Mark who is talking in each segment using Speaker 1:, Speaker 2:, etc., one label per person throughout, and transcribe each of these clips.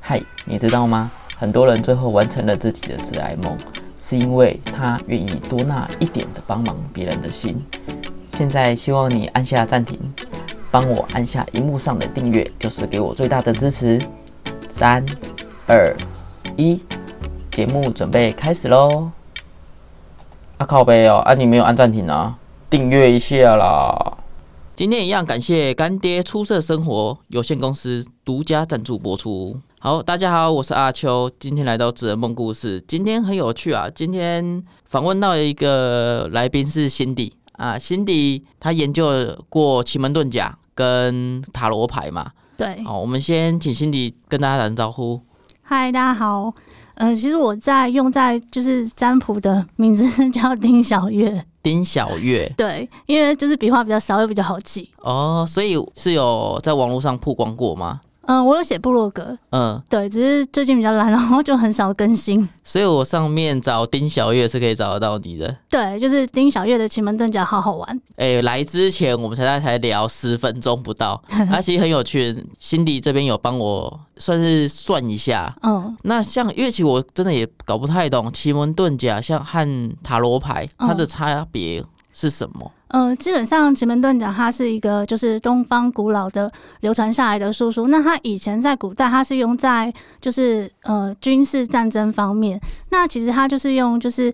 Speaker 1: 嗨，你知道吗？很多人最后完成了自己的挚爱梦，是因为他愿意多那一点的帮忙别人的心。现在希望你按下暂停，帮我按下荧幕上的订阅，就是给我最大的支持。三、二、一，节目准备开始喽！啊靠背哦，啊你没有按暂停啊，订阅一下啦。今天一样感谢干爹出色生活有限公司独家赞助播出。好，大家好，我是阿秋，今天来到智人梦故事，今天很有趣啊，今天访问到一个来宾是辛迪啊，辛迪他研究过奇门遁甲跟塔罗牌嘛，哦
Speaker 2: 对，
Speaker 1: 好，我们先请辛迪跟大家打声招呼。
Speaker 2: 嗨，大家好。嗯、其实我在用在就是占卜的名字叫丁小月，
Speaker 1: 丁小月
Speaker 2: 对，因为就是笔画比较少，又比较好记。
Speaker 1: 哦，所以是有在网络上曝光过吗？
Speaker 2: 嗯，我有写部落格，
Speaker 1: 嗯，
Speaker 2: 对，只是最近比较懒，然后就很少更新。
Speaker 1: 所以我上面找丁小月是可以找得到你的。
Speaker 2: 对，就是丁小月的奇门遁甲好好玩。
Speaker 1: 哎、来之前我们才大概才聊十分钟不到，啊，其实很有趣。辛迪这边有帮我算是算一下。
Speaker 2: 嗯
Speaker 1: 那像乐器，我真的也搞不太懂奇门遁甲，像和塔罗牌它的差别是什么？
Speaker 2: 嗯、基本上奇门遁甲它是一个就是东方古老的流传下来的术数。那它以前在古代它是用在就是呃军事战争方面。那其实它就是用就是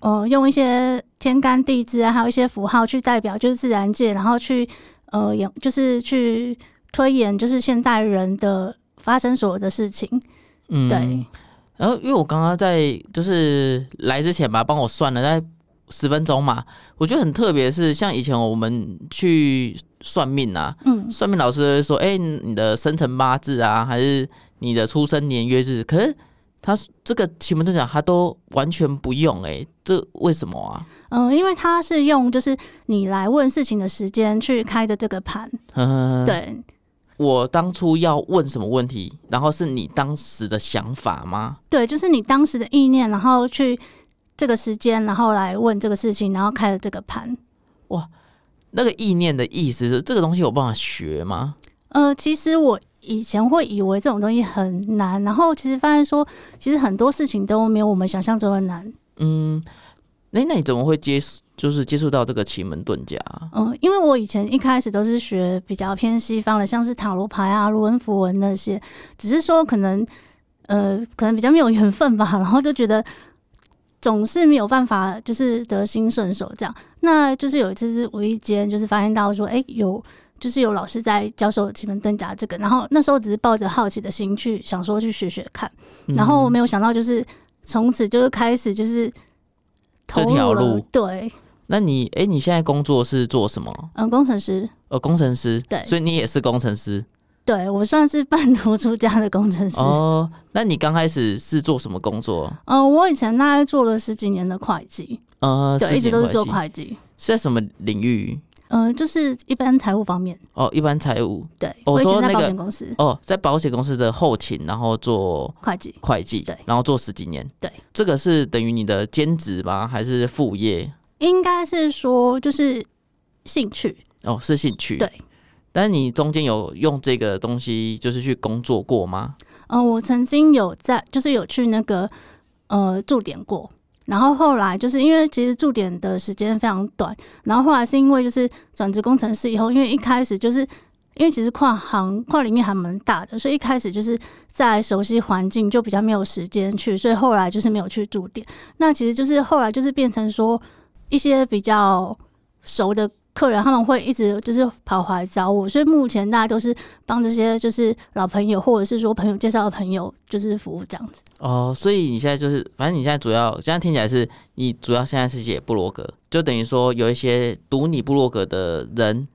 Speaker 2: 呃用一些天干地支啊，还有一些符号去代表就是自然界，然后去呃演就是去推演就是现代人的发生所有的事情。
Speaker 1: 嗯，
Speaker 2: 对，。
Speaker 1: 然后因为我刚刚在就是来之前吧，帮我算了在十分钟嘛，我觉得很特别是像以前我们去算命啊，
Speaker 2: 嗯
Speaker 1: 算命老师会说，哎、你的生辰八字啊，还是你的出生年月日，可是。他这个奇门遁甲他都完全不用哎、这为什么啊？
Speaker 2: 嗯、因为它是用就是你来问事情的时间去开的这个盘，
Speaker 1: 嗯，
Speaker 2: 对。
Speaker 1: 我当初要问什么问题，然后是你当时的想法吗？
Speaker 2: 对，就是你当时的意念，然后去这个时间，然后来问这个事情，然后开了这个盘。
Speaker 1: 那个意念的意思是这个东西有办法学吗？
Speaker 2: 呃，其实我以前会以为这种东西很难，然后其实发现说，其实很多事情都没有我们想象中的难。
Speaker 1: 嗯，那那你怎么会接触就是接触到这个奇门遁甲啊？
Speaker 2: 嗯、因为我以前一开始都是学比较偏西方的，像是塔罗牌啊、卢恩符文那些，只是说可能呃，可能比较没有缘分吧，然后就觉得。总是没有办法，就是得心顺手这样。那就是有一次是无意间，就是发现到说，哎、有就是有老师在教授奇门遁甲这个，然后那时候只是抱着好奇的心去想说去学学看，
Speaker 1: 嗯
Speaker 2: 然后没有想到就是从此就是开始就是投入
Speaker 1: 这条
Speaker 2: 了
Speaker 1: 路
Speaker 2: 对，
Speaker 1: 那你哎、你现在工作是做什么？
Speaker 2: 嗯，工程师，
Speaker 1: 呃，工程师。
Speaker 2: 对
Speaker 1: 所以你也是工程师
Speaker 2: 对我算是半途出家的工程师。
Speaker 1: 哦。那你刚开始是做什么工作？
Speaker 2: 呃，我以前大概做了十几年的会计，
Speaker 1: 呃，
Speaker 2: 对，一直
Speaker 1: 年
Speaker 2: 都是做
Speaker 1: 会计
Speaker 2: 会计。
Speaker 1: 是在什么领域？
Speaker 2: 呃，就是一般财务方面，
Speaker 1: 哦，一般财务
Speaker 2: 对，
Speaker 1: 哦
Speaker 2: 我以
Speaker 1: 说
Speaker 2: 前在
Speaker 1: 那
Speaker 2: 保
Speaker 1: 个
Speaker 2: 险公司
Speaker 1: 哦，在保险公司的后勤，然后做
Speaker 2: 会计。
Speaker 1: 会计，
Speaker 2: 对
Speaker 1: 然后做十几年，
Speaker 2: 对，
Speaker 1: 这个是等于你的兼职吗？还是副业？
Speaker 2: 应该是说就是兴趣，
Speaker 1: 哦，是兴趣，
Speaker 2: 对。
Speaker 1: 但是你中间有用这个东西就是去工作过吗？
Speaker 2: 嗯，我曾经有在，就是有去那个呃驻点过，然后后来就是因为其实驻点的时间非常短，然后后来是因为就是转职工程师以后，因为一开始就是因为其实跨行跨领域还蛮大的，所以一开始就是在熟悉环境就比较没有时间去，所以后来就是没有去驻点。那其实就是后来就是变成说一些比较熟的。客人他们会一直就是跑回来找我，所以目前大家都是帮这些就是老朋友，或者是说朋友介绍的朋友，就是服务这样子。
Speaker 1: 哦，所以你现在就是，反正你现在主要，现在听起来是你主要现在是写部落格，就等于说有一些读你部落格的人，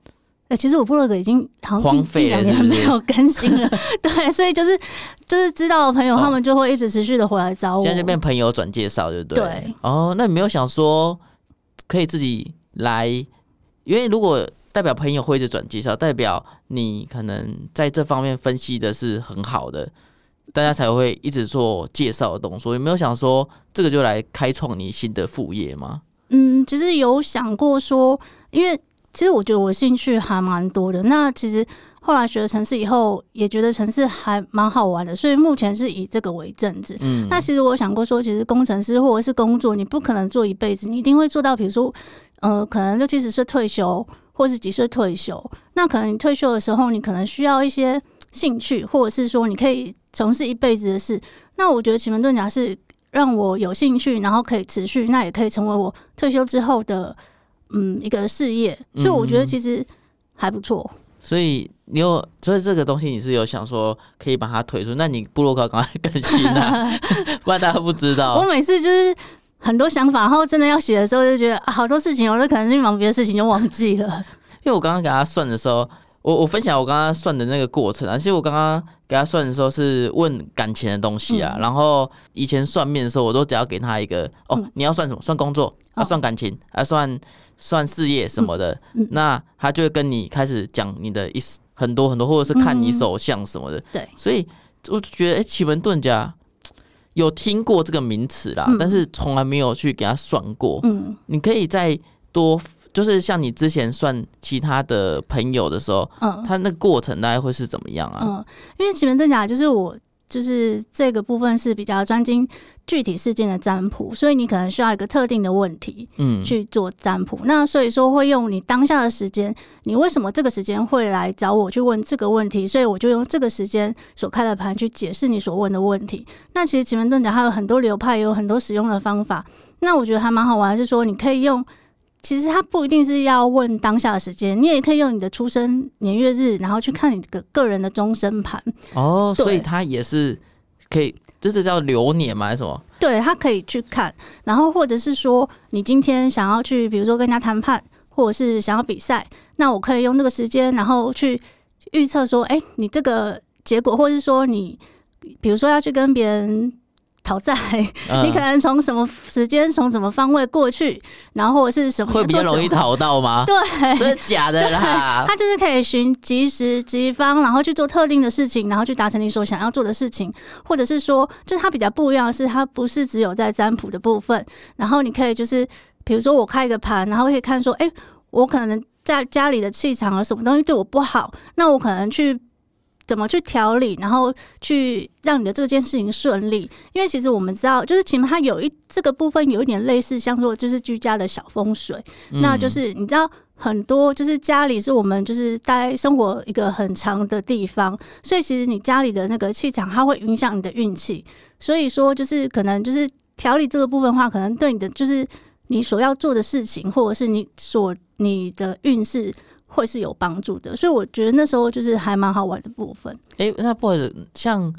Speaker 2: 呃，其实我部落格已经好像
Speaker 1: 荒
Speaker 2: 一
Speaker 1: 废
Speaker 2: 一两
Speaker 1: 了是
Speaker 2: 年
Speaker 1: 不
Speaker 2: 没
Speaker 1: 是
Speaker 2: 有更新了， 对，所以就是就是知道的朋友，
Speaker 1: 哦
Speaker 2: 他们就会一直持续的回来找我。
Speaker 1: 现在就变朋友转介绍，对不对？
Speaker 2: 哦对。
Speaker 1: 哦，那你没有想说可以自己来，因为如果代表朋友会一直转介绍，代表你可能在这方面分析的是很好的，大家才会一直做介绍的动作。有没有想说这个就来开创你新的副业吗？
Speaker 2: 嗯，其实有想过说，因为。其实我觉得我兴趣还蛮多的。那其实后来学了城市以后，也觉得城市还蛮好玩的，所以目前是以这个为正职。
Speaker 1: 嗯，
Speaker 2: 那其实我想过说，其实工程师或者是工作，你不可能做一辈子，你一定会做到，比如说，呃，可能六七十岁退休，或是几岁退休。那可能你退休的时候，你可能需要一些兴趣，或者是说你可以从事一辈子的事。那我觉得奇门遁甲是让我有兴趣，然后可以持续，那也可以成为我退休之后的嗯一个事业。所以我觉得其实还不错。
Speaker 1: 所以你有，所以这个东西你是有想说可以把它推出，那你部落格赶快更新啊，不然大家不知
Speaker 2: 我
Speaker 1: 道。
Speaker 2: 每次就是很多想法，然后真的要写的时候，就觉得、啊、好多事情，我都可能去忙别的事情就忘记了。
Speaker 1: 因为我刚刚给他算的时候，我我分享我刚刚算的那个过程啊，其实我刚刚给他算的时候是问感情的东西啊，
Speaker 2: 嗯
Speaker 1: 然后以前算命的时候，我都只要给他一个哦，你要算什么？算工作，啊，
Speaker 2: 嗯哦
Speaker 1: 算感情，啊，算算事业什么的，
Speaker 2: 嗯
Speaker 1: 那他就会跟你开始讲你的一丝很多很多，或者是看你
Speaker 2: 嗯
Speaker 1: 手相什么的，
Speaker 2: 对，
Speaker 1: 所以我就觉得，哎、奇门遁甲有听过这个名词啦，
Speaker 2: 嗯
Speaker 1: 但是从来没有去给它算过。
Speaker 2: 嗯，
Speaker 1: 你可以再多，就是像你之前算其他的朋友的时候，
Speaker 2: 嗯
Speaker 1: 他那个过程大概会是怎么样啊？
Speaker 2: 嗯，因为奇门遁甲就是我就是这个部分是比较专精具体事件的占卜，所以你可能需要一个特定的问题
Speaker 1: 嗯
Speaker 2: 去做占卜。那所以说会用你当下的时间，你为什么这个时间会来找我去问这个问题？所以我就用这个时间所开的盘去解释你所问的问题。那其实奇门遁甲它有很多流派，也有很多使用的方法。那我觉得还蛮好玩，是说你可以用。其实它不一定是要问当下的时间，你也可以用你的出生年月日，然后去看你的个人的终身盘。
Speaker 1: 哦，
Speaker 2: 对
Speaker 1: 所以他也是可以，这是叫流年吗？还是什么？
Speaker 2: 对他可以去看，然后或者是说，你今天想要去，比如说跟人家谈判，或者是想要比赛，那我可以用这个时间，然后去预测说，哎、你这个结果，或者是说你，比如说要去跟别人讨债，
Speaker 1: 嗯
Speaker 2: 你可能从什么时间，从什么方位过去，然后或者是什么
Speaker 1: 会比较容易。
Speaker 2: 做什么
Speaker 1: 讨到吗？
Speaker 2: 对，
Speaker 1: 真的假的啦？
Speaker 2: 他就是可以寻及时及方，然后去做特定的事情，然后去达成你所想要做的事情，或者是说，就是它比较不一样的是，它不是只有在占卜的部分，然后你可以就是，比如说我开一个盘，然后可以看说，哎、我可能在家里的气场啊，什么东西对我不好，那我可能去。怎么去调理，然后去让你的这件事情顺利？因为其实我们知道，就是其实它有一这个部分有一点类似，像说就是居家的小风水，那
Speaker 1: 嗯
Speaker 2: 就是你知道很多就是家里是我们就是待生活一个很长的地方，所以其实你家里的那个气场，它会影响你的运气。所以说，就是可能就是调理这个部分的话，可能对你的就是你所要做的事情，或者是你所你的运势。会是有帮助的，所以我觉得那时候就是还蛮好玩的部分。
Speaker 1: 诶，那不好意思，像，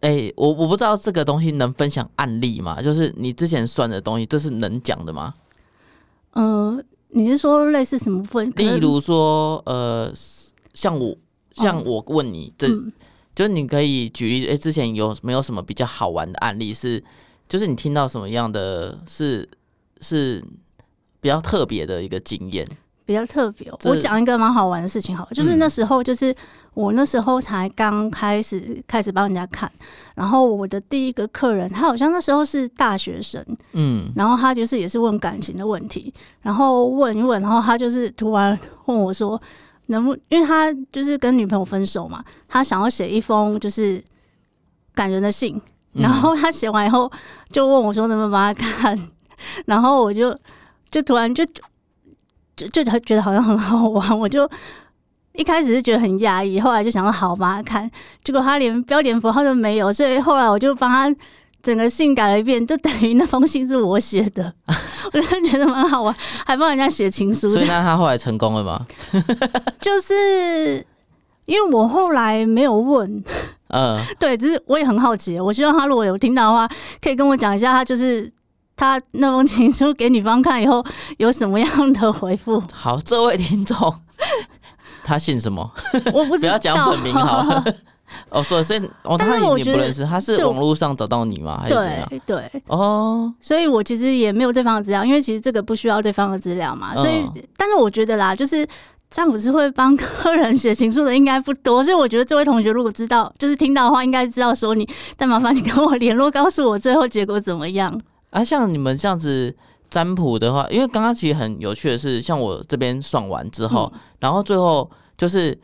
Speaker 1: 诶，我我不知道这个东西能分享案例吗？就是你之前算的东西，这是能讲的吗？
Speaker 2: 嗯、你是说类似什么部分？可
Speaker 1: 例
Speaker 2: 能
Speaker 1: 如说，呃，像我像
Speaker 2: 哦
Speaker 1: 我问你，这、
Speaker 2: 嗯
Speaker 1: 就是你可以举例，诶，之前有没有什么比较好玩的案例是？就是你听到什么样的是是比较特别的一个经验？
Speaker 2: 比较特别哦。
Speaker 1: 这
Speaker 2: 我讲一个蛮好玩的事情，好了，就是
Speaker 1: 嗯
Speaker 2: 那时候，就是我那时候才刚开始开始帮人家看，然后我的第一个客人，他好像那时候是大学生，
Speaker 1: 嗯，
Speaker 2: 然后他就是也是问感情的问题，然后问一问，然后他就是突然问我说，能不？因为他就是跟女朋友分手嘛，他想要写一封就是感人的信，
Speaker 1: 嗯
Speaker 2: 然后他写完以后就问我说能不能帮他看， 然后我就就突然就就就觉得好像很好玩，我就一开始是觉得很压抑，后来就想说好帮他看，结果他连标点符号都没有，所以后来我就帮他。整个信改了一遍，就等于那封信是我写的， 我就觉得蛮好玩，还帮人家写情书。
Speaker 1: 所以那他后来成功了吗？
Speaker 2: 就是因为我后来没有问，
Speaker 1: 嗯、
Speaker 2: 对，只是我也很好奇，我希望他如果有听到的话，可以跟我讲一下，他就是他那封情书给女方看以后有什么样的 回复，
Speaker 1: 好，这位听众， 他姓什么？
Speaker 2: 我不
Speaker 1: 不
Speaker 2: 知道。
Speaker 1: 要讲本名 好。哦，所以所以哦，
Speaker 2: 但是
Speaker 1: 他也
Speaker 2: 我
Speaker 1: 你
Speaker 2: 觉
Speaker 1: 不
Speaker 2: 得
Speaker 1: 认识，他是
Speaker 2: 对
Speaker 1: 网络上找到你吗？还是怎样？
Speaker 2: 对对，
Speaker 1: 哦，
Speaker 2: 所以我其实也没有对方的资料，因为其实这个不需要对方的资料嘛。所以，
Speaker 1: 嗯
Speaker 2: 但是我觉得啦，就是占卜师会帮客人写情书的应该不多，所以我觉得这位同学如果知道，就是听到的话，应该知 道说你，但麻烦你跟我联络，告诉我最后结果怎么样。
Speaker 1: 啊，像你们这样子占卜的话，因为刚刚其实很有趣的是，像我这边算完之后，然后最后就是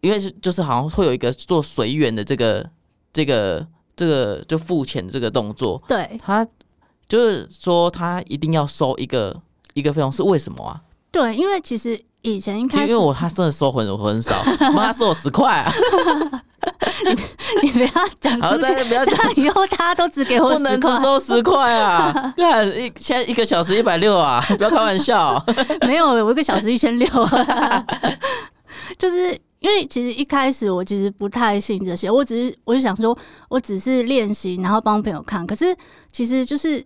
Speaker 1: 因为是就是好像会有一个做随缘的这个这个这个就付钱这个动作，
Speaker 2: 对
Speaker 1: 他就是说他一定要收一个一个费用，是为什么啊？
Speaker 2: 对，因为其实以前一
Speaker 1: 就
Speaker 2: 开
Speaker 1: 因
Speaker 2: 始
Speaker 1: 为我他真的收很很 少，妈他收我十块、 啊，
Speaker 2: 你不要讲
Speaker 1: 好，
Speaker 2: 出
Speaker 1: 大
Speaker 2: 去，
Speaker 1: 家不要
Speaker 2: 这
Speaker 1: 讲。
Speaker 2: 样以后大家都只给我
Speaker 1: 不
Speaker 2: 十
Speaker 1: 能只
Speaker 2: 块，
Speaker 1: 收十块啊！ 看一现在一个小时一百六啊，不要开玩笑。
Speaker 2: 没有，我一个小时一千六， 就是因为其实一开始我其实不太信这些，我只是我就想说，我只是练习，然后帮朋友看。可是其实就是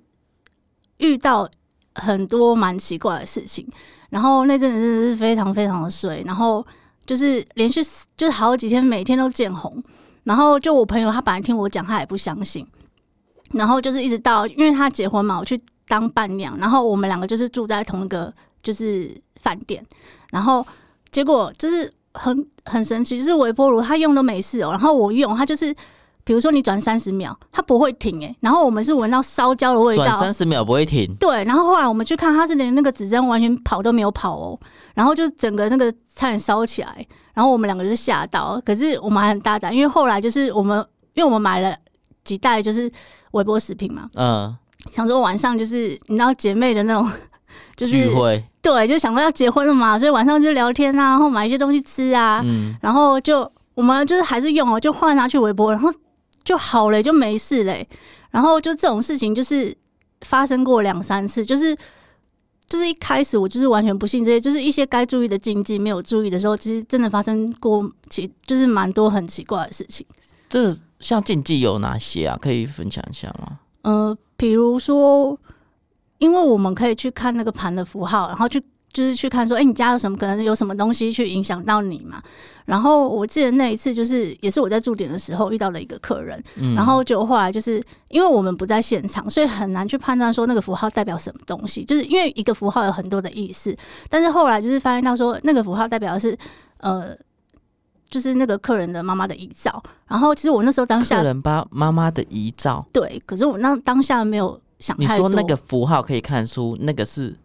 Speaker 2: 遇到很多蛮奇怪的事情，然后那阵子真的是非常非常的衰，然后就是连续就是好几天，每天都见红。然后就我朋友他本来听我讲，他也不相信。然后就是一直到，因为他结婚嘛，我去当伴娘，然后我们两个就是住在同一个就是饭店，然后结果就是很很神奇，就是微波炉他用都没事哦、然后我用他就是，比如说你转三十秒，它不会停诶、欸然后我们是闻到烧焦的味
Speaker 1: 转
Speaker 2: 道，
Speaker 1: 三十秒不会停，
Speaker 2: 对，然后后来我们去看，他是连那个指针完全跑都没有跑哦，然后就整个那个差点烧起来，然后我们两个就吓到，可是我们还很大胆，因为后来就是我们，因为我们买了几袋就是微波食品嘛，
Speaker 1: 嗯，
Speaker 2: 想说晚上就是你知道姐妹的那种，就是
Speaker 1: 聚会，
Speaker 2: 对，就想到要结婚了嘛，所以晚上就聊天啊，然后买一些东西吃啊，
Speaker 1: 嗯，
Speaker 2: 然后就我们就是还是用哦，就换拿去微波，然后就好了，就没事嘞。然后就这种事情就是发生过两三次，就是就是一开始我就是完全不信这些，就是一些该注意的禁忌没有注意的时候，其实真的发生过奇，就是蛮多很奇怪的事情。
Speaker 1: 这像禁忌有哪些啊？可以分享一下吗？
Speaker 2: 呃，比如说，因为我们可以去看那个盘的符号，然后去就是去看说，哎、你家有什么可能有什么东西去影响到你嘛？然后我记得那一次就是也是我在驻点的时候遇到了一个客人，
Speaker 1: 嗯，
Speaker 2: 然后就后来就是因为我们不在现场，所以很难去判断说那个符号代表什么东西，就是因为一个符号有很多的意思，但是后来就是发现到说那个符号代表的是呃。就是那个客人的妈妈的遗照，然后其实我那时候当下
Speaker 1: 客人把妈妈的遗照，
Speaker 2: 对，可是我那当下没有想
Speaker 1: 你
Speaker 2: 太多。
Speaker 1: 说那个符号可以看出那个是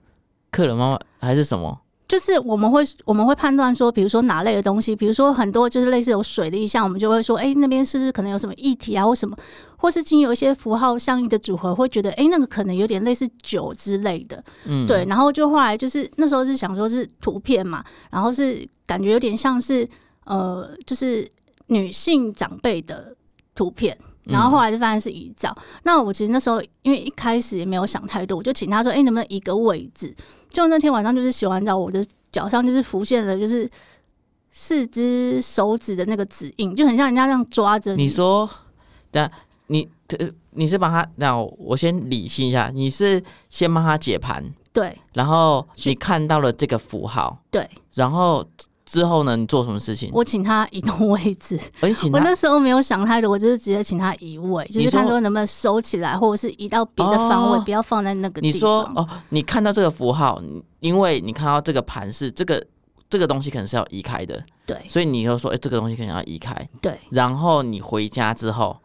Speaker 1: 客人妈妈还是什么？
Speaker 2: 就是我们会我们会判断说，比如说哪类的东西，比如说很多就是类似有水的意象，我们就会说，哎、那边是不是可能有什么液体啊，或什么，或是经由一些符号相应的组合，会觉得，哎、那个可能有点类似酒之类的。
Speaker 1: 嗯，
Speaker 2: 对，，然后就后来就是那时候是想说是图片嘛，然后是感觉有点像是呃，就是女性长辈的图片。
Speaker 1: 嗯
Speaker 2: 然后后来就发现是遗照。那我其实那时候因为一开始也没有想太多，我就请他说：“哎、能不能移个位置？”就那天晚上就是洗完澡，我的脚上就是浮现了就是四只手指的那个指印，就很像人家这样抓着
Speaker 1: 你说，等下你呃你是帮他，那我先理清一下，你是先帮他解盘，
Speaker 2: 对
Speaker 1: 然后你看到了这个符号，
Speaker 2: 对，
Speaker 1: 然后之后呢，你做什么事情？
Speaker 2: 我请他移动位置。
Speaker 1: 而且请
Speaker 2: 我
Speaker 1: 他
Speaker 2: 那时候没有想太多，我就是直接请他移位，就
Speaker 1: 你
Speaker 2: 是
Speaker 1: 说
Speaker 2: 看说能不能收起来，或者是移到别的方位，
Speaker 1: 哦
Speaker 2: 不要放在那个地
Speaker 1: 你
Speaker 2: 方。
Speaker 1: 说哦，你看到这个符号，你因为你看到这个盘是这个这个东西可能是要移开的，
Speaker 2: 对
Speaker 1: 所以你就说，哎、这个东西可能要移开。
Speaker 2: 对
Speaker 1: 然后你回家之后，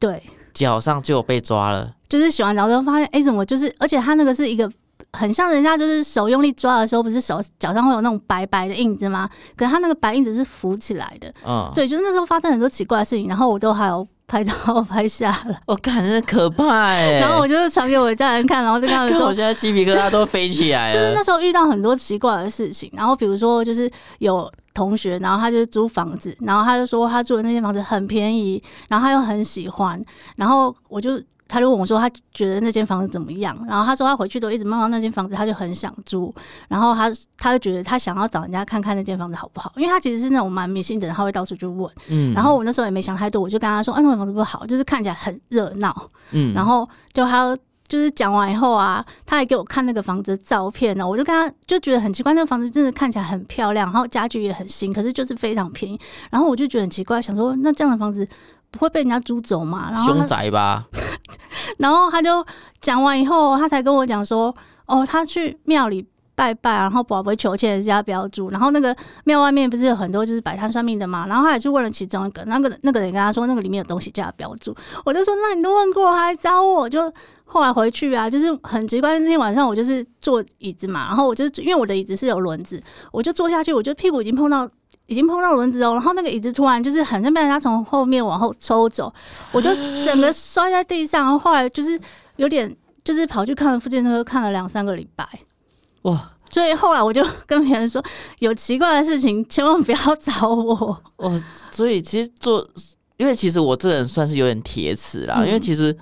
Speaker 2: 对，
Speaker 1: 脚上就有被抓了，
Speaker 2: 就是洗完澡之后发现，哎、怎么就是，而且他那个是一个很像人家就是手用力抓的时候，不是手脚上会有那种白白的印子吗？可是他那个白印子是浮起来的，
Speaker 1: 嗯，
Speaker 2: 对，就是那时候发生很多奇怪的事情，然后我都还有拍照 拍下来，
Speaker 1: 我感觉可怕哎、
Speaker 2: 然后我就是传给我家人看，然后就跟他们
Speaker 1: 看
Speaker 2: 说
Speaker 1: 我，现在鸡皮疙瘩都飞起来了，
Speaker 2: 就是那时候遇到很多奇怪的事情，然后比如说就是有同学，然后他就租房子，然后他就说他住的那间房子很便宜，然后他又很喜欢，然后我就他就问我说他觉得那间房子怎么样，然后他说他回去都一直梦到那间房子，他就很想住，然后他他就觉得他想要找人家看看那间房子好不好，因为他其实是那种蛮迷信的人，他会到处去问，
Speaker 1: 嗯
Speaker 2: 然后我那时候也没想太多，我就跟他说，啊，那间房子不好，就是看起来很热闹，
Speaker 1: 嗯
Speaker 2: 然后就他就是讲完以后啊，他还给我看那个房子的照片哦呢、我就跟他就觉得很奇怪，那个房子真的看起来很漂亮，然后家具也很新，可是就是非常便宜。然后我就觉得很奇怪，想说那这样的房子不会被人家租走嘛？然后
Speaker 1: 凶
Speaker 2: 他
Speaker 1: 宅吧，
Speaker 2: 然后他就讲完以后，他才跟我讲说，哦，他去庙里拜拜啊，然后宝贝求签人家不要住，然后那个庙外面不是有很多就是摆摊算命的嘛，然后他也去问了其中一个，那个那个人跟他说那个里面有东西叫他不要住，我就说那你都问过，他还找我，就后来回去啊，就是很奇怪，那天晚上我就是坐椅子嘛，然后我就因为我的椅子是有轮子，我就坐下去，我就屁股已经碰到。已经碰到轮子哦，然后那个椅子突然就是很像被人家从后面往后抽走，我就整个摔在地上，然后后来就是有点就是跑去看了附件科，看了两三个礼拜，
Speaker 1: 哇
Speaker 2: 所以后来我就跟别人说，有奇怪的事情千万不要找我。
Speaker 1: 哇！哦所以其实做，因为其实我这个人算是有点铁齿啦，
Speaker 2: 嗯
Speaker 1: 因为其实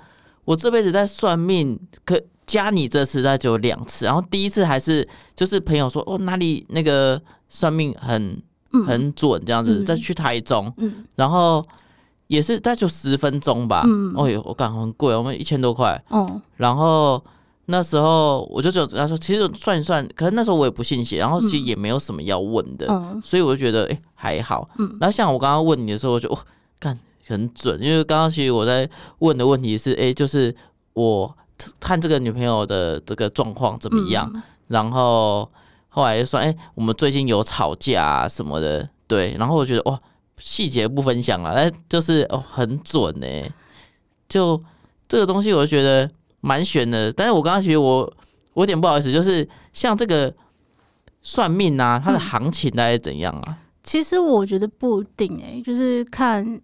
Speaker 1: 我这辈子在算命，可加你这次大概只有两次，然后第一次还是就是朋友说哦哪里那个算命很
Speaker 2: 嗯
Speaker 1: 很准这样子，
Speaker 2: 嗯
Speaker 1: 再去台中，
Speaker 2: 嗯
Speaker 1: 然后也是大概就十分钟吧，
Speaker 2: 嗯
Speaker 1: 哦哟，我感觉很贵，我们一千多块，
Speaker 2: 哦
Speaker 1: 然后那时候我就只有跟他说，其实算一算，可是那时候我也不信邪，然后其实也没有什么要问的，
Speaker 2: 嗯
Speaker 1: 所以我就觉得哎、诶还好。
Speaker 2: 嗯
Speaker 1: 然后像我刚刚问你的时候，我就哦，干很准，因为刚刚其实我在问的问题是，哎、就是我看这个女朋友的这个状况怎
Speaker 2: 嗯
Speaker 1: 么样，然后后来就说，哎、我们最近有吵架啊什么的，对，然后我觉得哇，细节不分享了，但就是哦很准呢、就这个东西我就觉得蛮悬的，但是我刚刚其实我我有点不好意思，就是像这个。算命啊，它的
Speaker 2: 嗯
Speaker 1: 行情大概怎样啊？
Speaker 2: 其实我觉得不一定诶、就是看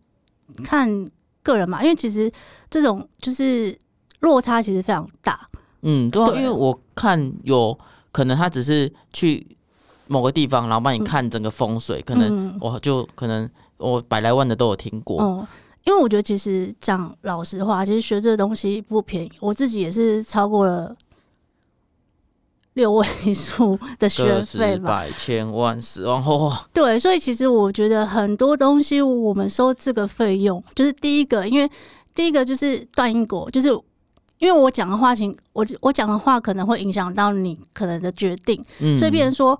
Speaker 2: 看个人嘛，因为其实这种就是落差其实非常大。
Speaker 1: 嗯，对啊，
Speaker 2: 对
Speaker 1: 因为我看有可能他只是去某个地方，然后帮你
Speaker 2: 嗯
Speaker 1: 看整个风水，可能
Speaker 2: 嗯
Speaker 1: 我就可能我百来万的都有听过，
Speaker 2: 嗯，因为我觉得其实讲老实话，其实学这个东西不便宜，我自己也是超过了六位数的学
Speaker 1: 个
Speaker 2: 费
Speaker 1: 十
Speaker 2: 吧。
Speaker 1: 百千万十万，哦，
Speaker 2: 对，所以其实我觉得很多东西我们收这个费用，就是第一个，因为第一个就是断因果，就是因为我讲的话情，我我讲的话可能会影响到你可能的决定，
Speaker 1: 嗯，
Speaker 2: 所以变成说，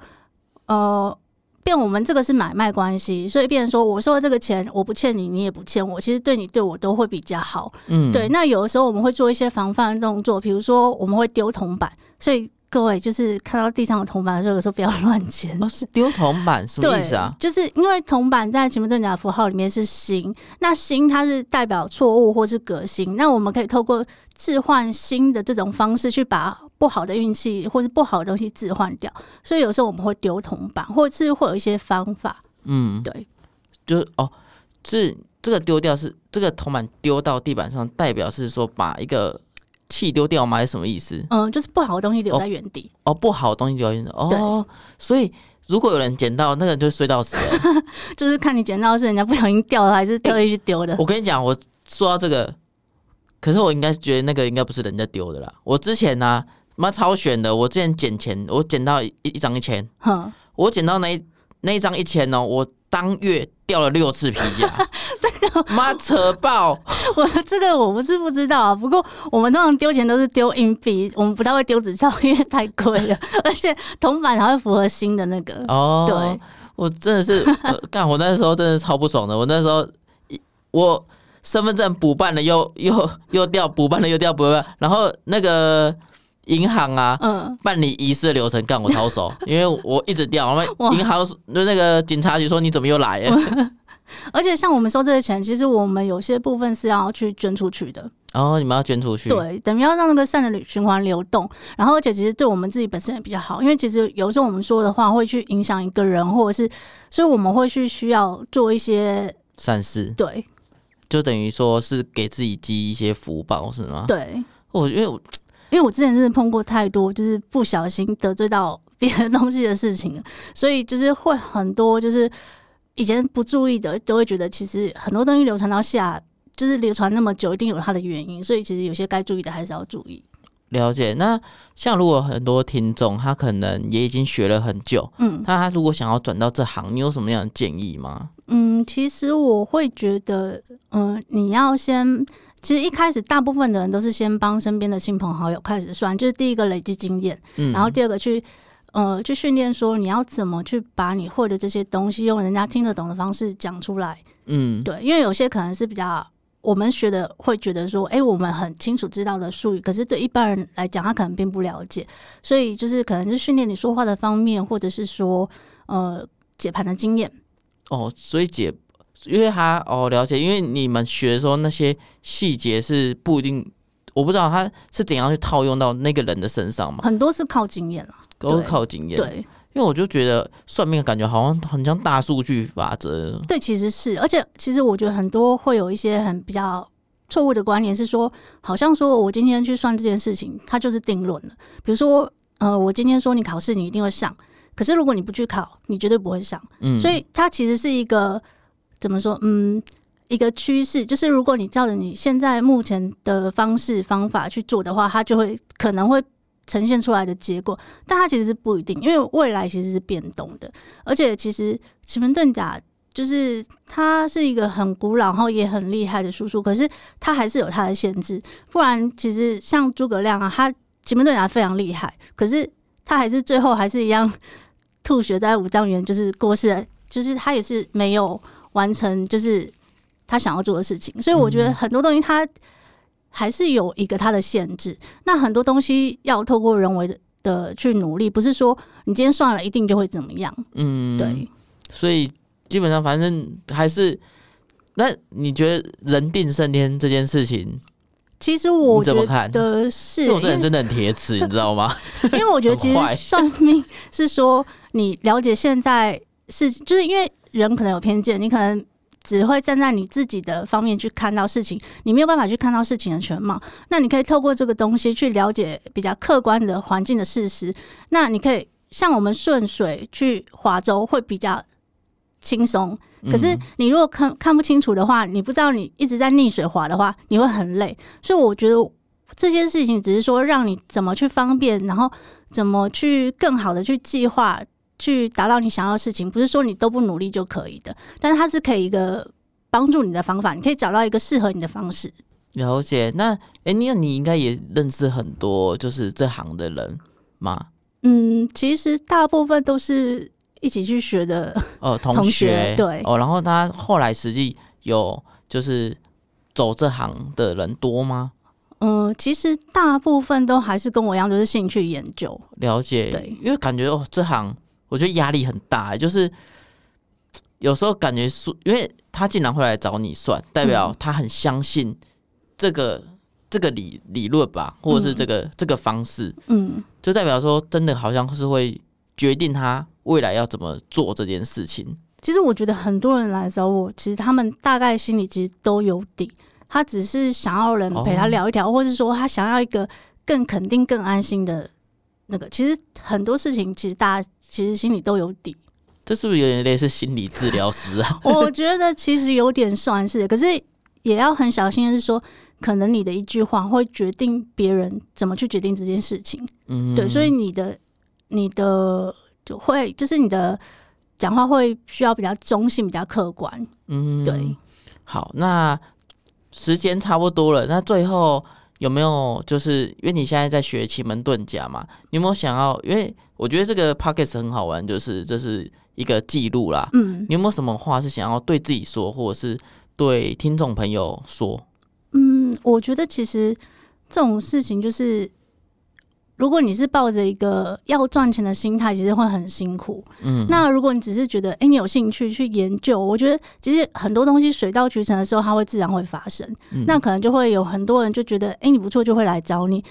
Speaker 2: 呃。变我们这个是买卖关系，所以变成说，我收了这个钱，我不欠你，你也不欠我，其实对你对我都会比较好。
Speaker 1: 嗯，
Speaker 2: 对，，那有的时候我们会做一些防范的动作，比如说我们会丢铜板，所以各位就是看到地上有铜板的时候，有时候不要 乱捡。
Speaker 1: 哦，是丢铜板什么
Speaker 2: 对，
Speaker 1: 意思啊？
Speaker 2: 就是因为铜板在奇门遁甲符号里面是星，那星它是代表错误或是革新，那我们可以透过置换新的这种方式去把不好的运气或是不好的东西置换掉，所以有时候我们会丢铜板，或是会有一些方法。
Speaker 1: 嗯，
Speaker 2: 对，
Speaker 1: 就是哦，是这个丢掉是这个铜板丢到地板上，代表是说把一个气丢掉吗？还是什么意思？
Speaker 2: 嗯，就是不好的东西留在原地。
Speaker 1: 哦，不好的东西留言哦，所以如果有人捡到，那个人就睡到死 了。
Speaker 2: 就是看你捡到是人家不小心掉了，还是特意去丢的。
Speaker 1: 我跟你讲，我说到这个，可是我应该觉得那个应该不是人家丢的啦。我之前呢、妈超选的，我之前捡钱，我捡到一一张一千，
Speaker 2: 哼、
Speaker 1: 我捡到那一那一张一千哦，我当月掉了六次皮 夹，
Speaker 2: 哦
Speaker 1: 这个妈扯爆！
Speaker 2: 我这个我不是不知道啊，不过我们通常丢钱都是丢硬币，我们不太会丢纸钞，因为太贵了，而且铜板还会符合新的那个。
Speaker 1: 哦，
Speaker 2: 对，
Speaker 1: 我真的是呃干、我那时候真的超不爽的，我那时候一我。身份证补办了又又又掉，补办了又掉，补办，然后那个银行啊，
Speaker 2: 嗯，
Speaker 1: 办理仪式的流程干我超熟，因为我一直掉，然后
Speaker 2: 哇
Speaker 1: 银行那那个警察局说你怎么又来了？
Speaker 2: 而且像我们收这些钱，其实我们有些部分是要去捐出去的，
Speaker 1: 然后你们要捐出去，，
Speaker 2: 对，等于要让那个善的循环流动。然后，而且其实对我们自己本身也比较好，因为其实有时候我们说的话会去影响一个人，或者是，所以我们会去需要做一些
Speaker 1: 善事
Speaker 2: 对
Speaker 1: 就等于说是给自己积一些福报，是吗？，
Speaker 2: 对，
Speaker 1: 我因为我
Speaker 2: 因为我之前真的碰过太多，就是不小心得罪到别人东西的事情了，所以就是会很多，就是以前不注意的，都会觉得其实很多东西流传到下，就是流传那么久，一定有它的原因，所以其实有些该注意的还是要注意。
Speaker 1: 了解，那像如果很多听众他可能也已经学了很久，
Speaker 2: 嗯
Speaker 1: 那他如果想要转到这行，你有什么样的建议吗？
Speaker 2: 嗯，其实我会觉得，嗯、你要先。其实一开始，大部分的人都是先帮身边的亲朋好友开始算，就是第一个累积经验，
Speaker 1: 嗯，
Speaker 2: 然后第二个去呃去训练说你要怎么去把你会的这些东西用人家听得懂的方式讲出来。
Speaker 1: 嗯，
Speaker 2: 对，因为有些可能是比较我们学的会觉得说，哎、我们很清楚知道的术语，可是对一般人来讲，他可能并不了解，所以就是可能是训练你说话的方面，或者是说呃解盘的经验。
Speaker 1: 哦，所以解，因为他哦了解，因为你们学的时候那些细节是不一定，我不知道他是怎样去套用到那个人的身上嘛，
Speaker 2: 很多是靠经验了。
Speaker 1: 都是靠经验。，
Speaker 2: 对
Speaker 1: 因为我就觉得算命感觉好像很像大数据法则，
Speaker 2: 对，其实是，而且其实我觉得很多会有一些很比较错误的观念是说，好像说我今天去算这件事情，它就是定论了。比如说，呃，我今天说你考试你一定会上，可是如果你不去考，你绝对不会上。
Speaker 1: 嗯，
Speaker 2: 所以它其实是一个怎么说？嗯，一个趋势，就是如果你照着你现在目前的方式方法去做的话，它就会可能会呈现出来的结果，但它其实是不一定，因为未来其实是变动的，而且其实奇门遁甲。就是它是一个很古老，然后也很厉害的叔叔，可是它还是有它的限制。不然，其实像诸葛亮啊，他奇门遁甲非常厉害，可是他还是最后还是一样 吐血在五丈原，就是过世了就是他也是没有完成，就是他想要做的事情。所以我觉
Speaker 1: 嗯
Speaker 2: 得很多东西他还是有一个他的限制。那很多东西要透过人为的的去努力，不是说你今天算了一定就会怎么样。
Speaker 1: 嗯，
Speaker 2: 对，，
Speaker 1: 所以基本上反正还是。那你觉得人定胜天这件事情，
Speaker 2: 其实我
Speaker 1: 你怎
Speaker 2: 觉
Speaker 1: 么看
Speaker 2: 得
Speaker 1: 因
Speaker 2: 是，
Speaker 1: 为我这
Speaker 2: 因
Speaker 1: 人
Speaker 2: 为
Speaker 1: 真的很铁齿，你知道 吗？
Speaker 2: 因为我觉得其
Speaker 1: 很坏
Speaker 2: 实算命是说你了解现在是，就是因为人可能有偏见，你可能只会站在你自己的方面去看到事情，你没有办法去看到事情的全貌。那你可以透过这个东西去了解比较客观的环境的事实。那你可以像我们顺水去划舟会比较轻松，可是
Speaker 1: 嗯
Speaker 2: 你如果看看不清楚的话，你不知道你一直在逆水滑的话，你会很累。所以我觉得这些事情只是说让你怎么去方便，然后怎么去更好的去计划，去达到你想要的事情，不是说你都不努力就可以的。但是它是可以一个帮助你的方法，你可以找到一个适合你的方式。
Speaker 1: 了解。那哎，你你应该也认识很多就是这行的人嘛？
Speaker 2: 嗯，其实大部分都是一起去学的，
Speaker 1: 哦，同
Speaker 2: 同学对
Speaker 1: 哦，然后他后来实际有就是走这行的人多吗？
Speaker 2: 嗯，其实大部分都还是跟我一样，就是兴趣研究。
Speaker 1: 了解，
Speaker 2: 对
Speaker 1: 因为感觉哦，这行我觉得压力很大，欸就是有时候感觉算，因为他竟然会来找你算，代
Speaker 2: 嗯
Speaker 1: 表他很相信这个这个理理论吧，或者是这个、这个方式，
Speaker 2: 嗯，
Speaker 1: 就代表说真的好像是会决定他未来要怎么做这件事情。
Speaker 2: 其实我觉得很多人来找我，其实他们大概心里其实都有底，他只是想要人陪他聊一聊，或是说他想要一个更肯定、更安心的那个。其实很多事情，其实大家其实心里都有 底。
Speaker 1: 这是不是有点类似心理治疗师啊？
Speaker 2: 我觉得其实有点算是，可是也要很小心的是说，可能你的一句话会决定别人怎么去决定这件事情。
Speaker 1: 嗯，
Speaker 2: 对，所以你的你的就会就是你的讲话会需要比较中性、比较客观。
Speaker 1: 嗯
Speaker 2: 对。
Speaker 1: 好，那时间差不多了，那最后有没有就是因为你现在在学奇门遁甲嘛，你有没有想要？因为我觉得这个 p o c k e t 很好玩，就是这是一个记录啦。
Speaker 2: 嗯
Speaker 1: 你有没有什么话是想要对自己说，或者是对听众朋友说？
Speaker 2: 嗯，我觉得其实这种事情就是，如果你是抱着一个要赚钱的心态，其实会很辛苦。
Speaker 1: 嗯，
Speaker 2: 那如果你只是觉得，哎、你有兴趣去研究，我觉得其实很多东西水到渠成的时候，它会自然会发生。
Speaker 1: 嗯
Speaker 2: 那可能就会有很多人就觉得，哎、你不错，就会来找你。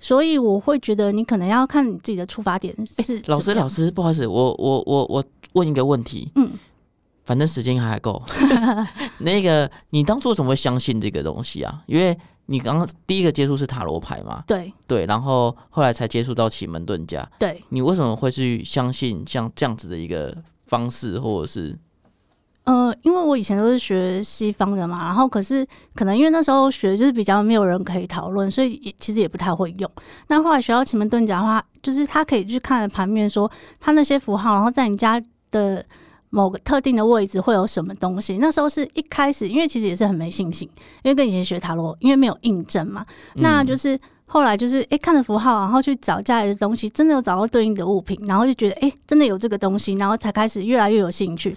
Speaker 2: 所以我会觉得，你可能要看你自己的出发点是、
Speaker 1: 老师，老
Speaker 2: 师，
Speaker 1: 师，不好意思，我我我我问一个问题，
Speaker 2: 嗯，
Speaker 1: 反正时间还 够。那个，你当初为什么会相信这个东西啊？因为你刚刚第一个接触是塔罗牌嘛，
Speaker 2: 对
Speaker 1: 对，然后后来才接触到奇门遁甲。
Speaker 2: 对，
Speaker 1: 你为什么会去相信像这样子的一个方式，或者是
Speaker 2: 呃，因为我以前都是学西方的嘛，然后可是可能因为那时候学就是比较没有人可以讨论，所以也其实也不太会用。那后来学到奇门遁甲的话，就是他可以去看盘面说它那些符号，然后在你家的某个特定的位置会有什么东西。那时候是一开始，因为其实也是很没信心，因为跟以前学塔罗，因为没有印证嘛，那就是。后来就是诶看了符号，然后去找家里的东西，真的有找到对应的物品，然后就觉得诶真的有这个东西，然后才开始越来越有兴趣。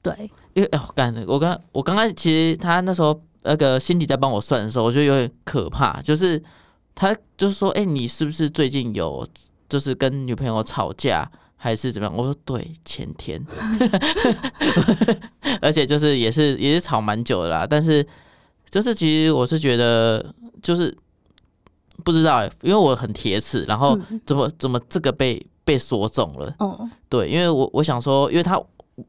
Speaker 2: 对，
Speaker 1: 哎因为哦，干我刚我刚刚其实他那时候那个辛迪在帮我算的时候，我觉得有点可怕，就是他就是说，哎、你是不是最近有就是跟女朋友吵架？还是怎么样？我说对，前天， 而且就是也是也是吵蛮久的啦。但是就是其实我是觉得就是不知道、欸，因为我很铁齿，然后怎么怎么这个被被说中了，
Speaker 2: 哦，
Speaker 1: 对，因为我我想说，因为他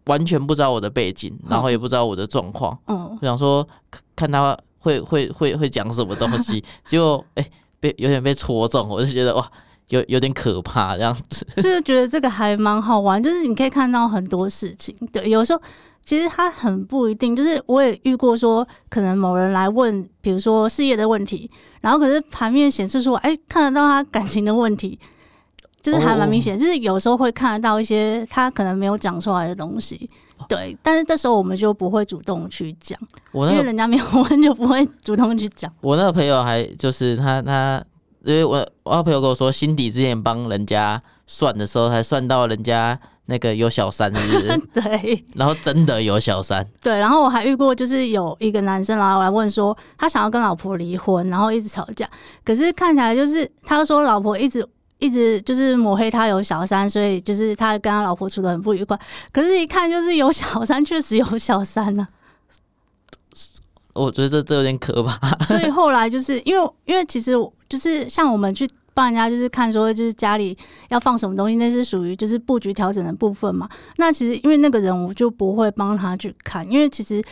Speaker 1: 完全不知道我的背景，
Speaker 2: 嗯
Speaker 1: 然后也不知道我的状况，
Speaker 2: 哦，
Speaker 1: 我想说看看他会会会会讲什么东 西，结果哎、被有点被戳中，我就觉得哇，有有点可怕这样子。
Speaker 2: 就是觉得这个还蛮好玩，就是你可以看到很多事情。对，有时候其实它很不一定，就是我也遇过说，可能某人来问，比如说事业的问题，然后可是盘面显示说，哎、看得到他感情的问题，就是还蛮明
Speaker 1: 哦
Speaker 2: 显，就是有时候会看得到一些他可能没有讲出来的东西。对，但是这时候我们就不会主动去讲，
Speaker 1: 我哦那
Speaker 2: 因为
Speaker 1: 个
Speaker 2: 人家没有问，就不会主动去讲。
Speaker 1: 我那个朋友还就是他他，因为我我那朋友跟我说，辛迪之前帮人家算的时候，还算到人家那个有小三，是不 是
Speaker 2: 对，
Speaker 1: 然后真的有小三，
Speaker 2: 对，然后我还遇过，就是有一个男生然后来问说，他想要跟老婆离婚，然后一直吵架，可是看起来就是他说老婆一直一直就是抹黑他有小三，所以就是他跟他老婆处的很不愉快。可是，一看就是有小三，确实有小三啊呢、
Speaker 1: 我觉得这这有点可怕。
Speaker 2: 所以后来就是因为因为其实我就是像我们去帮人家就是看说就是家里要放什么东西，那是属于就是布局调整的部分嘛。那其实因为那个人我就不会帮他去看，因为其实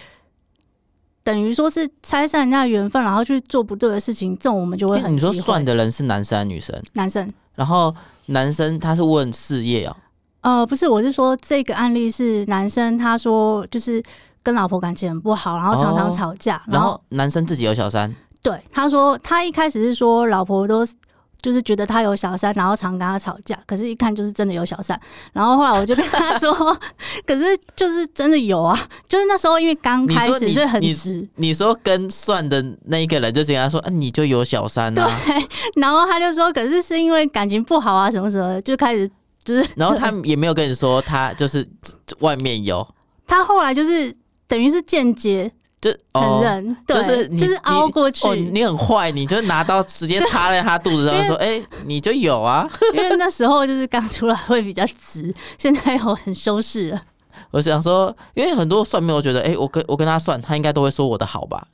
Speaker 2: 等于说是拆散人家的缘分，然后去做不对的事情，这种我们就会
Speaker 1: 哎
Speaker 2: 很
Speaker 1: 你
Speaker 2: 忌
Speaker 1: 说
Speaker 2: 讳。
Speaker 1: 算的人是男生还是女生？
Speaker 2: 男生，
Speaker 1: 然后男生他是问事业哦，
Speaker 2: 呃，不是，我是说这个案例是男生，他说就是跟老婆感情很不好，然后常常
Speaker 1: 哦
Speaker 2: 吵架，
Speaker 1: 然后男生自己有小三，
Speaker 2: 对，他说他一开始是说老婆都就是觉得他有小三，然后常跟他吵架，可是一看就是真的有小三。然后后来我就跟他说， 可是就是真的有啊，就是那时候因为刚开
Speaker 1: 你说
Speaker 2: 始
Speaker 1: 你
Speaker 2: 所以很
Speaker 1: 你
Speaker 2: 直，
Speaker 1: 你说跟算的那一个人就直接跟他说，啊，你就有小三啊，
Speaker 2: 然后他就说，可是是因为感情不好啊什么什么的，就开始就是
Speaker 1: 然后他也没有跟你说他就是外面有，
Speaker 2: 他后来就是等于是间接
Speaker 1: 就
Speaker 2: 承、认，
Speaker 1: 哦、
Speaker 2: 对，
Speaker 1: 就是你
Speaker 2: 就是凹过去，
Speaker 1: 你哦，你很坏，你就拿刀直接插在他肚子上
Speaker 2: 对
Speaker 1: 说，哎、你就有啊。
Speaker 2: 因为那时候就是刚出来会比较直，现在我很修饰了。
Speaker 1: 我想说，因为很多算命，我觉得，哎、我跟我跟他算，他应该都会说我的好吧。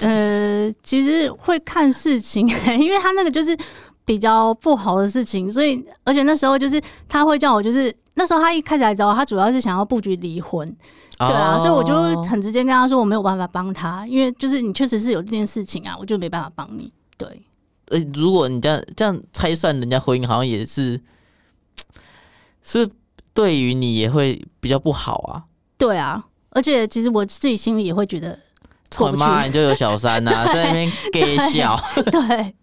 Speaker 2: 呃，其实会看事情、 因为他那个就是比较不好的事情，所以而且那时候就是他会叫我，就是那时候他一开始来找我，他主要是想要布局离婚，对啊，
Speaker 1: 哦
Speaker 2: 所以我就很直接跟他说我没有办法帮他，因为就是你确实是有这件事情啊，我就没办法帮你。对，
Speaker 1: 呃，如果你这样这样拆散人家婚姻，好像也是，是对于你也会比较不好啊。
Speaker 2: 对啊，而且其实我自己心里也会觉得，
Speaker 1: 操
Speaker 2: 过
Speaker 1: 你
Speaker 2: 不去
Speaker 1: 妈，你就有小三 呐、在那边给笑，
Speaker 2: 对，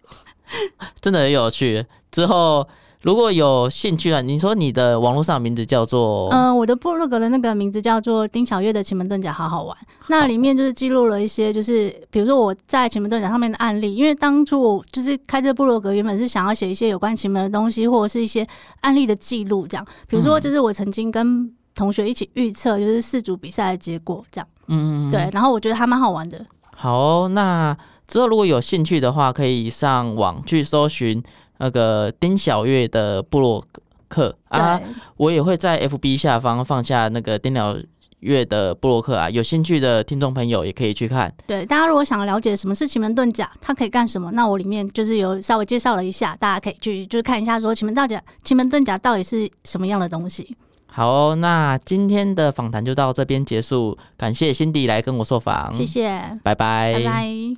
Speaker 1: 真的很有趣。之后如果有兴趣啊，你说你的网络上名字叫做，
Speaker 2: 嗯、我的部落格的那个名字叫做丁小月的奇门遁甲，好好玩。那里面就是记录了一些，就是比如说我在奇门遁甲上面的案例，因为当初我就是开这部落格，原本是想要写一些有关奇门的东西，或者是一些案例的记录，这样。比如说，就是我曾经跟同学一起预测，就是四组比赛的结果，这样。
Speaker 1: 嗯，
Speaker 2: 对，然后我觉得还蛮好玩的。
Speaker 1: 好哦、那之后如果有兴趣的话，可以上网去搜寻那个丁小月的部落客啊。
Speaker 2: 对，
Speaker 1: 我也会在 FB 下方放下那个丁鸟月的布洛克啊，有兴趣的听众朋友也可以去看。
Speaker 2: 对，大家如果想了解什么是奇门遁甲，它可以干什么，那我里面就是有稍微介绍了一下，大家可以去就是看一下，说奇门遁甲、奇门遁甲到底是什么样的东西。
Speaker 1: 好哦、那今天的访谈就到这边结束，感谢辛迪来跟我受访，
Speaker 2: 谢谢，
Speaker 1: 拜拜，
Speaker 2: 拜拜